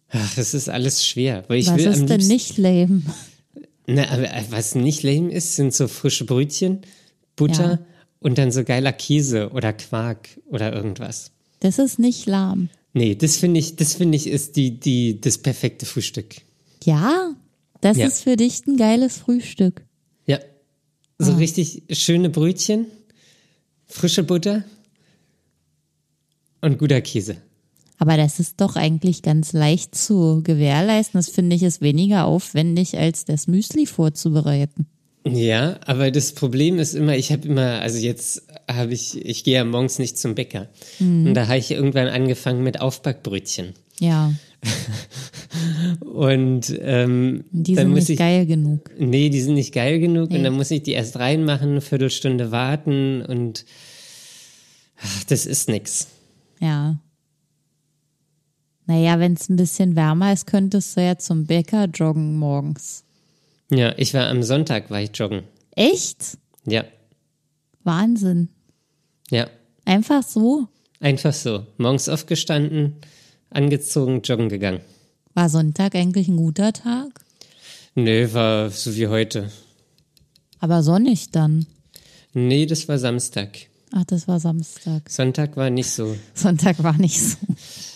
S1: Ach, das ist alles schwer. Weil ich
S2: Hm. was
S1: will am
S2: ist denn
S1: liebsten-
S2: nicht lame?
S1: Na, aber äh, was nicht lame ist, sind so frische Brötchen, Butter
S2: Ja.
S1: und dann so geiler Käse oder Quark oder irgendwas.
S2: Das ist nicht lahm.
S1: Nee, das finde ich, das finde ich ist die, die, das perfekte Frühstück.
S2: Ja? Das
S1: Ja.
S2: ist für dich ein geiles Frühstück.
S1: Ja.
S2: Ah.
S1: So richtig schöne Brötchen, frische Butter und guter Käse.
S2: Aber das ist doch eigentlich ganz leicht zu gewährleisten. Das finde ich ist weniger aufwendig, als das Müsli vorzubereiten.
S1: Ja, aber das Problem ist immer, ich habe immer, also jetzt habe ich, ich gehe ja morgens nicht zum Bäcker.
S2: Mhm.
S1: Und da habe ich irgendwann angefangen mit Aufbackbrötchen.
S2: Ja,
S1: Und ähm,
S2: die
S1: dann
S2: sind
S1: muss
S2: nicht
S1: ich,
S2: geil genug.
S1: nee, die sind nicht geil genug
S2: Nee.
S1: und dann muss ich die erst reinmachen, eine Viertelstunde warten und ach, das ist nix.
S2: Ja. Naja, wenn es ein bisschen wärmer ist, könntest du ja zum Bäcker joggen morgens.
S1: Ja, ich war am Sonntag, war ich joggen.
S2: Echt?
S1: Ja,
S2: Wahnsinn.
S1: ja,
S2: Einfach so.
S1: einfach so. Morgens aufgestanden, angezogen, joggen gegangen.
S2: War Sonntag eigentlich ein guter Tag?
S1: Nö, war so wie heute.
S2: Aber sonnig dann.
S1: Nee, das war Samstag.
S2: Ach, das war Samstag.
S1: Sonntag war nicht so.
S2: Sonntag war nicht so.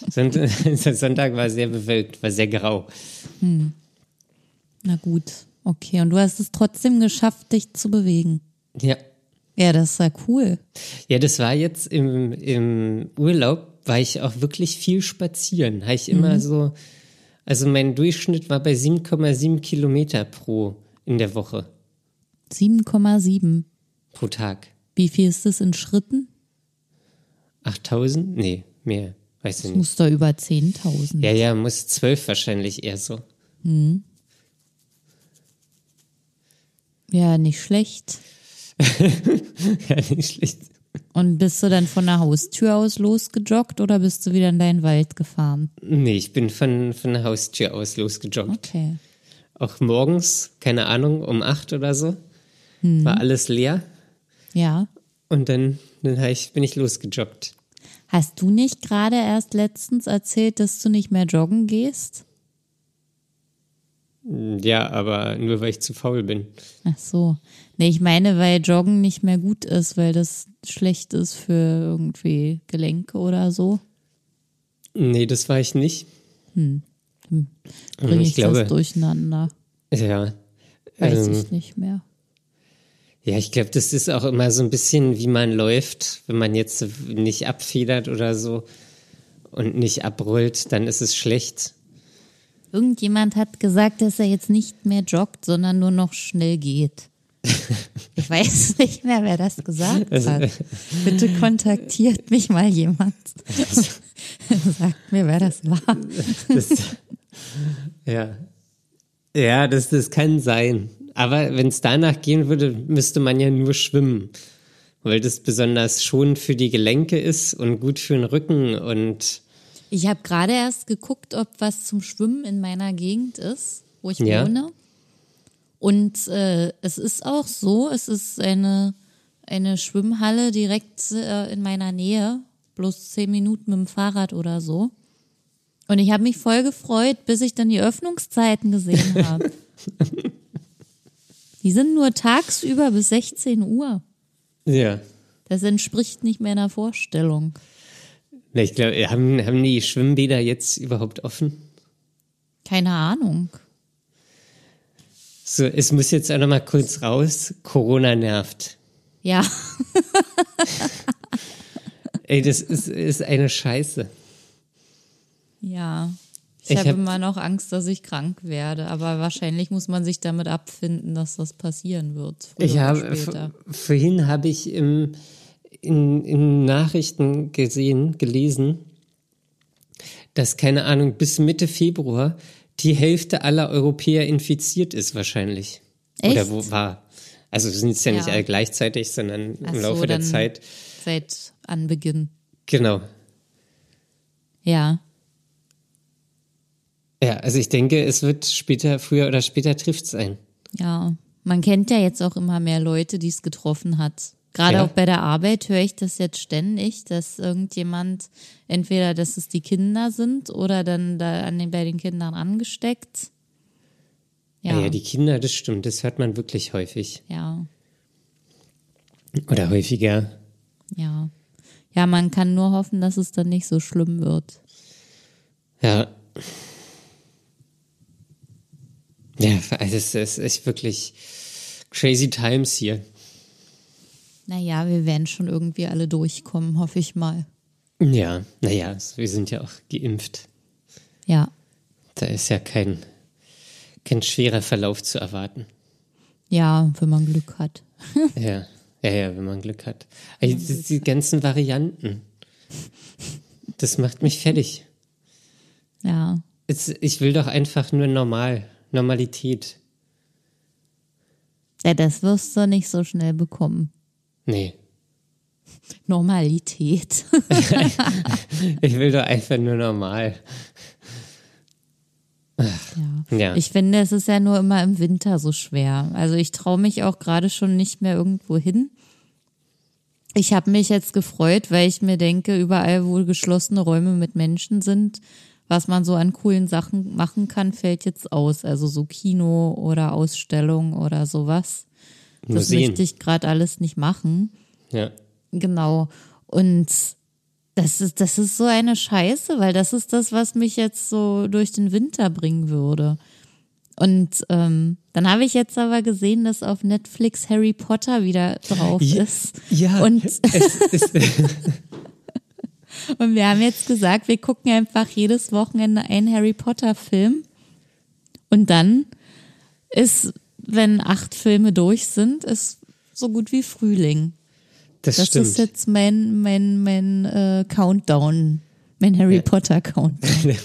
S1: Sonnt- Sonntag war sehr bewölkt, war sehr grau.
S2: Na gut. Okay, und du hast es trotzdem geschafft, dich zu bewegen.
S1: Ja.
S2: Ja, das ist ja cool.
S1: Ja, das war jetzt im, im Urlaub, war ich auch wirklich viel spazieren. Habe ich immer so, also mein Durchschnitt war bei 7,7 Kilometer pro in der Woche,
S2: 7,7.
S1: pro Tag.
S2: Wie viel ist das in Schritten?
S1: 8000? Nee, mehr. Weiß ich
S2: Das
S1: nicht.
S2: muss da über 10.000.
S1: Ja, ja, muss 12 wahrscheinlich eher so.
S2: Ja, nicht schlecht.
S1: ja, nicht schlecht.
S2: Und bist du dann von der Haustür aus losgejoggt oder bist du wieder in deinen Wald gefahren?
S1: Nee, ich bin von, von der Haustür aus losgejoggt.
S2: Okay.
S1: Auch morgens, keine Ahnung, um 8 oder so, war alles leer.
S2: Ja.
S1: Und dann, dann hab ich, bin ich losgejoggt.
S2: Hast du nicht gerade erst letztens erzählt, dass du nicht mehr joggen gehst?
S1: Ja, aber nur weil ich zu faul bin.
S2: Ach so. Nee, ich meine, weil Joggen nicht mehr gut ist, weil das schlecht ist für irgendwie Gelenke oder so.
S1: Nee, das war ich nicht.
S2: Bringe
S1: ich
S2: ich,
S1: glaube-
S2: das durcheinander.
S1: Ja.
S2: Weiß
S1: Ähm,
S2: ich nicht mehr.
S1: Ja, ich glaube, das ist auch immer so ein bisschen, wie man läuft. Wenn man jetzt nicht abfedert oder so und nicht abrollt, dann ist es schlecht.
S2: Irgendjemand hat gesagt, dass er jetzt nicht mehr joggt, sondern nur noch schnell geht. Ich weiß nicht mehr, wer das gesagt hat. Bitte kontaktiert mich mal jemand. Sagt mir, wer das war.
S1: Das, ja. Ja, das, das kann sein. Aber wenn es danach gehen würde, müsste man ja nur schwimmen. Weil das besonders schonend für die Gelenke ist und gut für den Rücken und
S2: Ich habe gerade erst geguckt, ob was zum Schwimmen in meiner Gegend ist, wo ich
S1: Ja.
S2: wohne. Und äh, es ist auch so, es ist eine, eine Schwimmhalle direkt äh, in meiner Nähe, bloß zehn Minuten mit dem Fahrrad oder so. Und ich habe mich voll gefreut, bis ich dann die Öffnungszeiten gesehen habe. die sind nur tagsüber bis 16 Uhr.
S1: ja.
S2: Das entspricht nicht meiner Vorstellung.
S1: Na, Ich glaube, haben, haben die Schwimmbäder jetzt überhaupt offen?
S2: Keine Ahnung.
S1: So, es muss jetzt auch noch mal kurz raus. Corona nervt.
S2: Ja.
S1: Ey, das ist, ist eine Scheiße.
S2: Ja. Ich,
S1: Ich
S2: habe
S1: hab-
S2: immer noch Angst, dass ich krank werde, aber wahrscheinlich muss man sich damit abfinden, dass das passieren wird. Früher
S1: Ich
S2: oder
S1: habe
S2: später.
S1: vor- vorhin habe ich im, in, in Nachrichten gesehen, gelesen, dass keine Ahnung bis Mitte Februar die Hälfte aller Europäer infiziert ist wahrscheinlich. Oder
S2: Echt?
S1: wo war? Also sind es ja, nicht
S2: Ja.
S1: alle gleichzeitig, sondern
S2: Ach
S1: im
S2: so,
S1: Laufe der
S2: dann-
S1: Zeit.
S2: Seit Anbeginn.
S1: Genau.
S2: Ja.
S1: Ja, also ich denke, es wird später, früher oder später trifft es ein.
S2: Ja. Man kennt ja jetzt auch immer mehr Leute, die es getroffen hat. Gerade
S1: Ja.
S2: auch bei der Arbeit höre ich das jetzt ständig, dass irgendjemand, entweder dass es die Kinder sind oder dann da an den, bei den Kindern angesteckt.
S1: Ja.
S2: Ja.
S1: ja, die Kinder, das stimmt, das hört man wirklich häufig.
S2: ja.
S1: Oder häufiger.
S2: Ja. Ja, man kann nur hoffen, dass es dann nicht so schlimm wird.
S1: Ja. Ja, also es ist echt wirklich crazy times hier.
S2: Naja, wir werden schon irgendwie alle durchkommen, hoffe ich mal.
S1: Ja, naja, wir sind ja auch geimpft.
S2: Ja,
S1: Da ist ja kein, kein schwerer Verlauf zu erwarten.
S2: ja, wenn man Glück hat.
S1: Ja, ja, ja, wenn man Glück hat. Also die, die ganzen Varianten. Das macht mich fertig.
S2: Ja,
S1: Es, ich will doch einfach nur normal, Normalität.
S2: ja das wirst du nicht so schnell bekommen.
S1: Nee,
S2: Normalität.
S1: ich will doch einfach nur normal.
S2: ja.
S1: Ja.
S2: Ich finde, es ist ja nur immer im Winter so schwer. Also ich traue mich auch gerade schon nicht mehr irgendwo hin. Ich habe mich jetzt gefreut, weil ich mir denke, überall, wo geschlossene Räume mit Menschen sind, was man so an coolen Sachen machen kann, fällt jetzt aus. Also so Kino oder Ausstellung oder sowas. Das
S1: Museen.
S2: möchte ich gerade alles nicht machen.
S1: Ja,
S2: Genau. Und das ist, das ist so eine Scheiße, weil das ist das, was mich jetzt so durch den Winter bringen würde. Und ähm, dann habe ich jetzt aber gesehen, dass auf Netflix Harry Potter wieder drauf
S1: Ja,
S2: ist.
S1: ja.
S2: Und,
S1: es ist,
S2: und wir haben jetzt gesagt, wir gucken einfach jedes Wochenende einen Harry Potter-Film. Und dann ist, wenn acht Filme durch sind, ist so gut wie Frühling.
S1: das,
S2: Das
S1: stimmt.
S2: ist jetzt mein, mein, mein äh, Countdown. Mein Harry Potter Countdown.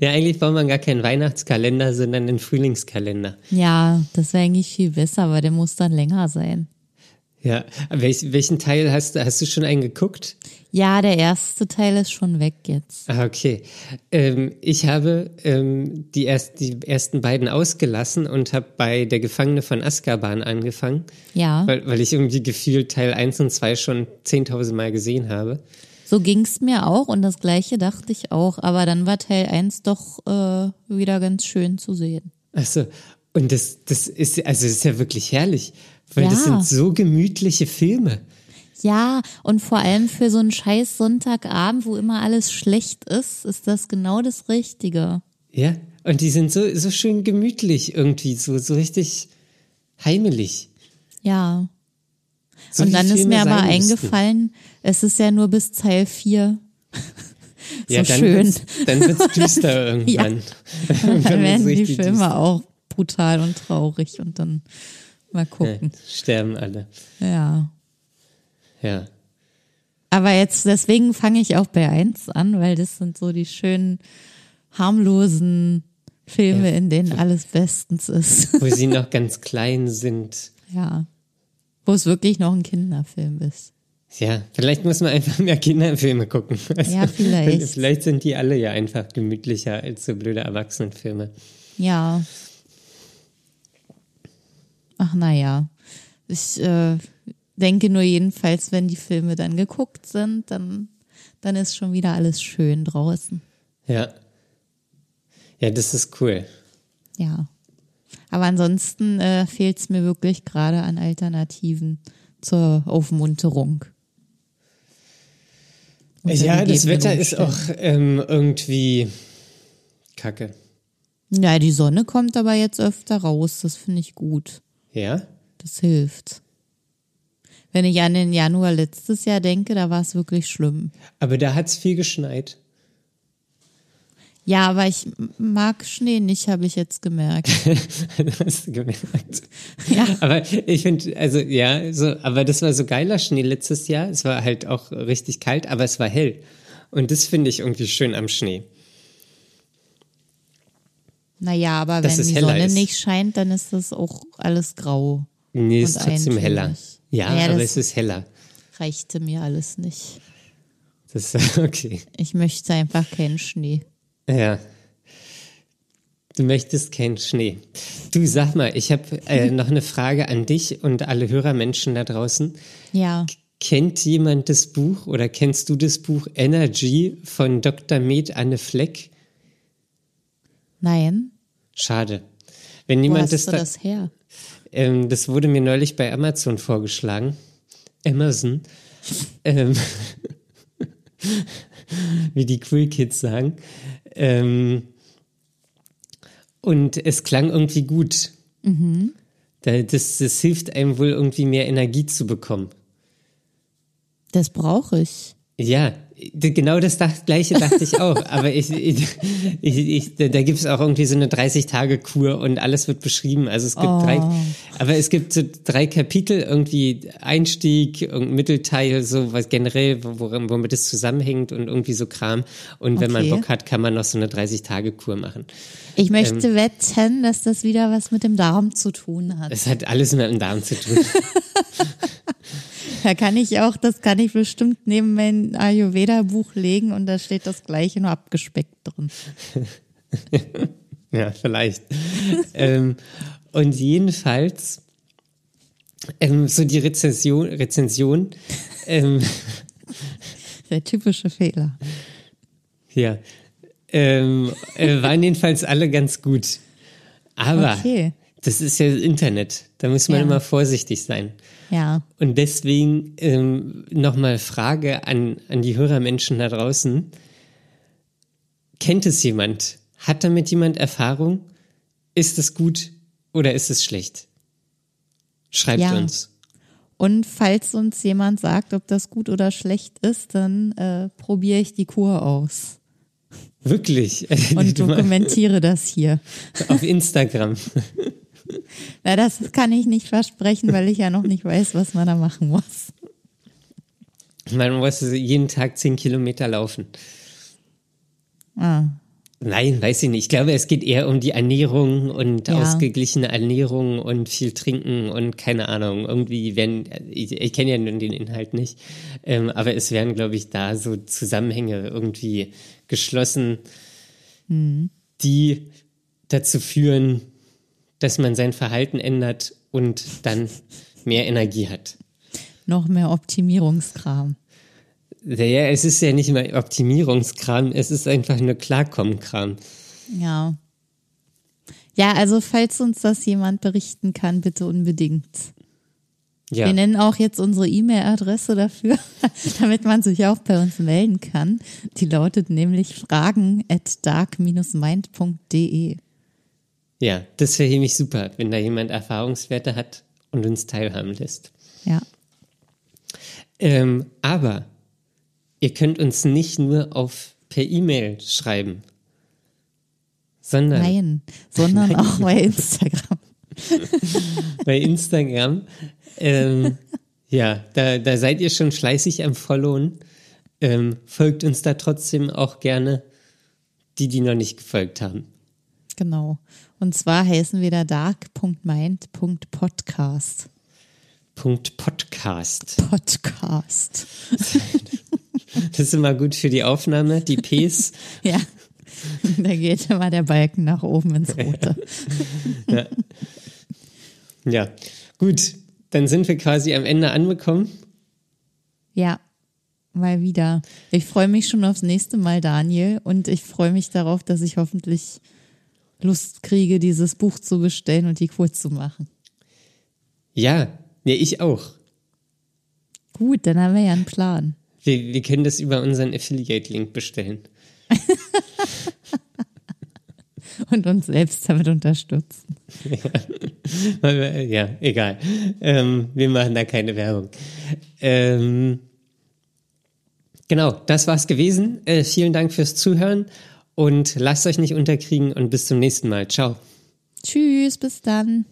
S1: ja, eigentlich braucht man gar keinen Weihnachtskalender, sondern einen Frühlingskalender.
S2: Ja, das wäre eigentlich viel besser, aber der muss dann länger sein.
S1: Ja, Welch, welchen Teil hast du, hast du schon einen geguckt?
S2: Ja, der erste Teil ist schon weg jetzt.
S1: Ah, okay. Ähm, ich habe ähm, die, erst, die ersten beiden ausgelassen und habe bei Der Gefangene von Azkaban angefangen,
S2: Ja,
S1: weil, weil ich irgendwie gefühlt Teil 1 und 2 schon 10.000 Mal gesehen habe.
S2: so ging's mir auch und das gleiche dachte ich auch, aber dann war Teil 1 doch äh, wieder ganz schön zu sehen.
S1: Achso, Also, und das, das ist, also das ist ja wirklich herrlich, weil das
S2: Ja.
S1: sind so gemütliche Filme.
S2: Ja, und vor allem für so einen scheiß Sonntagabend, wo immer alles schlecht ist, ist das genau das Richtige.
S1: Ja, und die sind so, so schön gemütlich irgendwie, so, so richtig heimelig.
S2: Ja.
S1: So wie
S2: und dann ist
S1: Filme
S2: mir aber
S1: sein müssten.
S2: eingefallen, es ist ja nur bis Teil 4. so
S1: Ja, dann
S2: schön.
S1: Wird's, dann wird's düster
S2: Ja.
S1: irgendwann. Irgendwann
S2: Dann
S1: wird's
S2: werden die
S1: richtig
S2: Filme
S1: düster.
S2: auch brutal und traurig und dann mal gucken.
S1: Sterben alle.
S2: Ja.
S1: Ja.
S2: Aber jetzt, deswegen fange ich auch bei 1 an, weil das sind so die schönen, harmlosen Filme, in denen alles bestens ist.
S1: Wo sie noch ganz klein sind.
S2: ja. Wo es wirklich noch ein Kinderfilm ist.
S1: Ja, vielleicht muss man einfach mehr Kinderfilme gucken. Also,
S2: Ja, vielleicht.
S1: Vielleicht sind die alle ja einfach gemütlicher als so blöde Erwachsenenfilme.
S2: Ja. Ach naja. Ich äh, denke nur jedenfalls, wenn die Filme dann geguckt sind, dann, dann ist schon wieder alles schön draußen.
S1: Ja. Ja, das ist cool.
S2: Ja. Aber ansonsten äh, fehlt es mir wirklich gerade an Alternativen zur Aufmunterung. Unter
S1: Ja, das
S2: gegebenen
S1: Wetter ist
S2: Umständen.
S1: auch ähm, irgendwie kacke.
S2: Ja, die Sonne kommt aber jetzt öfter raus. Das finde ich gut.
S1: Ja?
S2: Das hilft. Wenn ich an den Januar letztes Jahr denke, da war es wirklich schlimm.
S1: Aber da hat's viel geschneit.
S2: Ja, aber ich m- mag Schnee nicht, habe ich jetzt gemerkt.
S1: Das hast du gemerkt.
S2: Ja.
S1: Aber ich finde, also ja, so, aber das war so geiler Schnee letztes Jahr. Es war halt auch richtig kalt, aber es war hell. Und das finde ich irgendwie schön am Schnee.
S2: Naja, aber
S1: Dass
S2: wenn
S1: es
S2: die
S1: heller
S2: Sonne
S1: ist.
S2: nicht scheint, dann ist das auch alles grau.
S1: Nee, ist
S2: Und
S1: trotzdem
S2: eintönig.
S1: heller. Ja,
S2: Ja,
S1: aber
S2: das-
S1: es ist heller.
S2: Reichte mir alles nicht.
S1: Das ist okay.
S2: Ich möchte einfach keinen Schnee.
S1: Ja. Du möchtest keinen Schnee. Du sag mal, ich habe äh, noch eine Frage an dich und alle Hörermenschen da draußen.
S2: Ja,
S1: Kennt jemand das Buch oder kennst du das Buch Energy von Dr. Med Anne Fleck?
S2: nein.
S1: Schade. Wenn
S2: Wo
S1: jemand
S2: hast
S1: das,
S2: du
S1: da,
S2: das her?
S1: Ähm, das wurde mir neulich bei Amazon vorgeschlagen. Amazon. ähm, wie die Cool Kids sagen. Ähm, Und es klang irgendwie gut.
S2: Mhm.
S1: Da- Das, das hilft einem wohl irgendwie mehr Energie zu bekommen.
S2: Das brauche ich.
S1: Ja, d- genau das dach- gleiche dachte ich auch. Aber ich, ich, ich, ich, da- da gibt es auch irgendwie so eine 30-Tage-Kur und alles wird beschrieben. Also es gibt drei, aber es gibt so drei Kapitel, irgendwie Einstieg, irgendein Mittelteil, so was generell, wo- worin, womit es zusammenhängt und irgendwie so Kram. Und wenn man
S2: Okay.
S1: Bock hat, kann man noch so eine 30-Tage-Kur machen.
S2: Ich möchte
S1: Ähm.
S2: wetten, dass das wieder was mit dem Darm zu tun hat.
S1: Das hat alles mit dem Darm zu tun.
S2: Da kann ich auch, das kann ich bestimmt neben mein Ayurveda-Buch legen und da steht das gleiche nur abgespeckt drin.
S1: Ja, vielleicht. ähm, und jedenfalls, ähm, so die Rezension, Rezension ähm,
S2: Der typische Fehler.
S1: ja, ähm, äh, waren jedenfalls alle ganz gut. Aber
S2: Okay.
S1: das ist ja das Internet, da muss man
S2: Ja.
S1: immer vorsichtig sein.
S2: Ja.
S1: Und deswegen ähm, nochmal Frage an, an die Hörermenschen da draußen. Kennt es jemand? Hat damit jemand Erfahrung? Ist es gut oder ist es schlecht? Schreibt
S2: Ja.
S1: uns.
S2: Und falls uns jemand sagt, ob das gut oder schlecht ist, dann äh, probiere ich die Kur aus
S1: Wirklich.
S2: und dokumentiere das hier.
S1: Auf Instagram.
S2: Na, das kann ich nicht versprechen, weil ich ja noch nicht weiß, was man da machen muss.
S1: Man muss jeden Tag zehn Kilometer laufen.
S2: Ah,
S1: Nein, weiß ich nicht. Ich glaube, es geht eher um die Ernährung und
S2: Ja.
S1: ausgeglichene Ernährung und viel trinken und keine Ahnung. Irgendwie werden, ich, ich kenne ja nun den Inhalt nicht, ähm, aber es werden, glaube ich, da so Zusammenhänge irgendwie geschlossen,
S2: Mhm.
S1: die dazu führen, dass man sein Verhalten ändert und dann mehr Energie hat.
S2: noch mehr Optimierungskram.
S1: Naja, es ist ja nicht mal Optimierungskram, es ist einfach nur Klarkommenkram.
S2: Ja. Ja, also falls uns das jemand berichten kann, bitte unbedingt.
S1: Ja.
S2: Wir nennen auch jetzt unsere E-Mail-Adresse dafür, damit man sich auch bei uns melden kann. Die lautet nämlich fragen at dark-mind.de.
S1: Ja, das wäre nämlich super, wenn da jemand Erfahrungswerte hat und uns teilhaben lässt.
S2: Ja.
S1: Ähm, aber ihr könnt uns nicht nur auf per E-Mail schreiben, sondern
S2: Nein, sondern auch bei Instagram.
S1: bei Instagram. ähm, ja, da, da seid ihr schon fleißig am Followen. Ähm, folgt uns da trotzdem auch gerne, die, die noch nicht gefolgt haben.
S2: Genau. Und zwar heißen wir da dark.mind.podcast.
S1: Punkt Podcast.
S2: Podcast.
S1: Das ist immer gut für die Aufnahme, die Ps.
S2: Ja. Da geht immer der Balken nach oben ins Rote.
S1: Ja, gut. Dann sind wir quasi am Ende angekommen.
S2: Ja, mal wieder. Ich freue mich schon aufs nächste Mal, Daniel. Und ich freue mich darauf, dass ich hoffentlich Lust kriege, dieses Buch zu bestellen und die kurz zu machen.
S1: Ja, ja, ich auch.
S2: Gut, dann haben wir ja einen Plan.
S1: Wir, wir können das über unseren Affiliate-Link bestellen.
S2: Und uns selbst damit unterstützen.
S1: Weil wir- Ja, egal. Ähm, wir machen da keine Werbung. Ähm, genau, das war's gewesen. Äh, vielen Dank fürs Zuhören und lasst euch nicht unterkriegen und bis zum nächsten Mal. Ciao.
S2: Tschüss, bis dann.